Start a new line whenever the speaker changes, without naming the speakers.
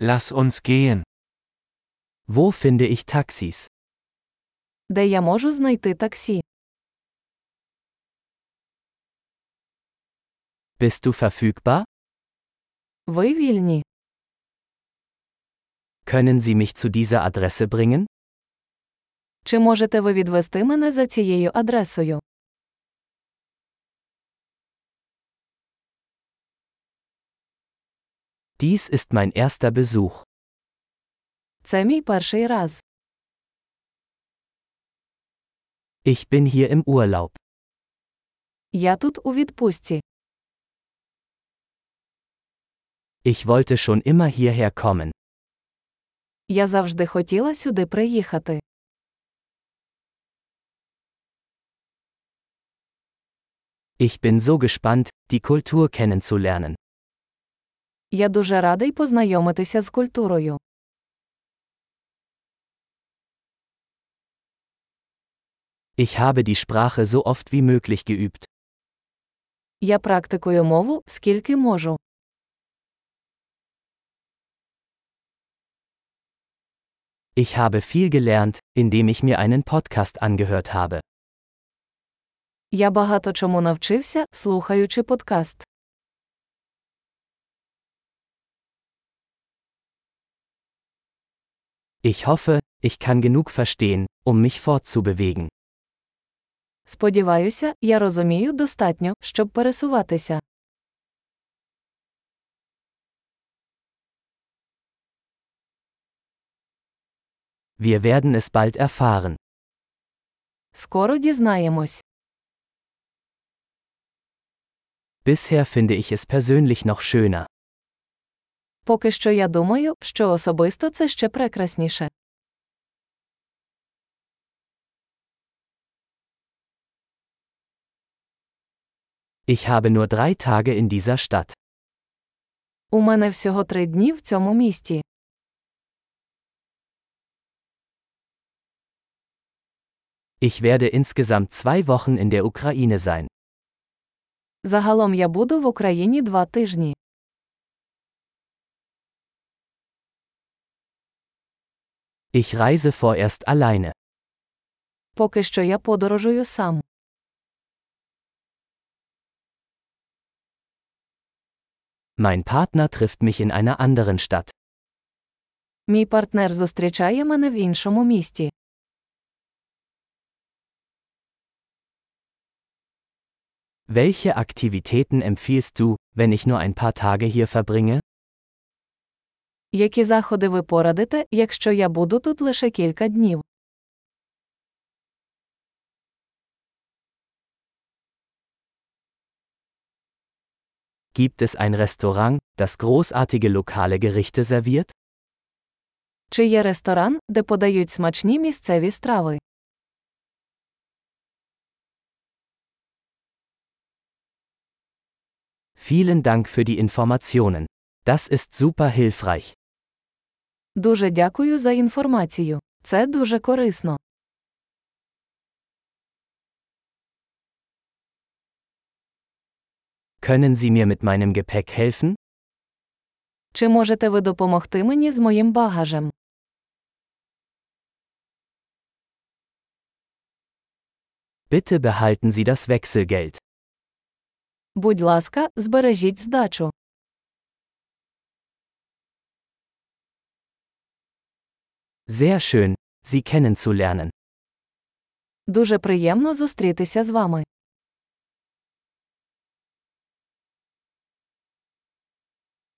Lass uns gehen. Wo finde ich Taxis?
Де я можу знайти таксі?
Bist du verfügbar?
Ви вільні?
Können Sie mich zu dieser Adresse bringen?
Чи можете ви відвести мене за цією адресою?
Dies ist mein erster Besuch.
Це мій перший раз.
Ich bin hier im Urlaub.
Я тут у відпустці.
Ich wollte schon immer hierher kommen.
Я завжди хотіла сюди приїхати.
Ich bin so gespannt, die Kultur kennenzulernen.
Я дуже радий познайомитися з культурою.
Ich habe die Sprache so oft wie möglich geübt.
Я практикую мову, скільки можу.
Ich habe viel gelernt, indem ich mir einen Podcast angehört habe.
Я багато чому навчився, слухаючи подкаст.
Ich hoffe, ich kann genug verstehen, um mich fortzubewegen.
Сподіваюся, я розумію достатньо, щоб пересуватися.
Wir werden es bald erfahren.
Скоро дізнаємось.
Bisher finde ich es persönlich noch schöner.
Поки що я думаю, що особисто це ще прекрасніше.
Ich habe nur drei Tage in dieser Stadt.
У мене всього три дні в цьому місті.
Ich werde insgesamt zwei Wochen in der Ukraine sein.
Загалом я буду в Україні два тижні.
Ich reise vorerst alleine.
Поки що я подорожую сам.
Mein Partner trifft mich in einer anderen Stadt.
Мій партнер зустрічає мене в іншому місті.
Welche Aktivitäten empfiehlst du, wenn ich nur ein paar Tage hier verbringe?
Які заходи ви порадите, якщо я буду тут лише кілька днів?
Gibt es ein Restaurant, das großartige lokale Gerichte serviert?
Чи є ресторан, де подають смачні місцеві страви?
Vielen Dank für die Informationen. Das ist super hilfreich.
Дуже дякую за інформацію. Це дуже корисно.
Können Sie mir mit meinem Gepäck helfen?
Чи можете ви допомогти мені з моїм багажем?
Bitte behalten Sie das Wechselgeld.
Будь ласка, збережіть здачу.
Sehr schön, Sie kennenzulernen.
Дуже приємно зустрітися з вами.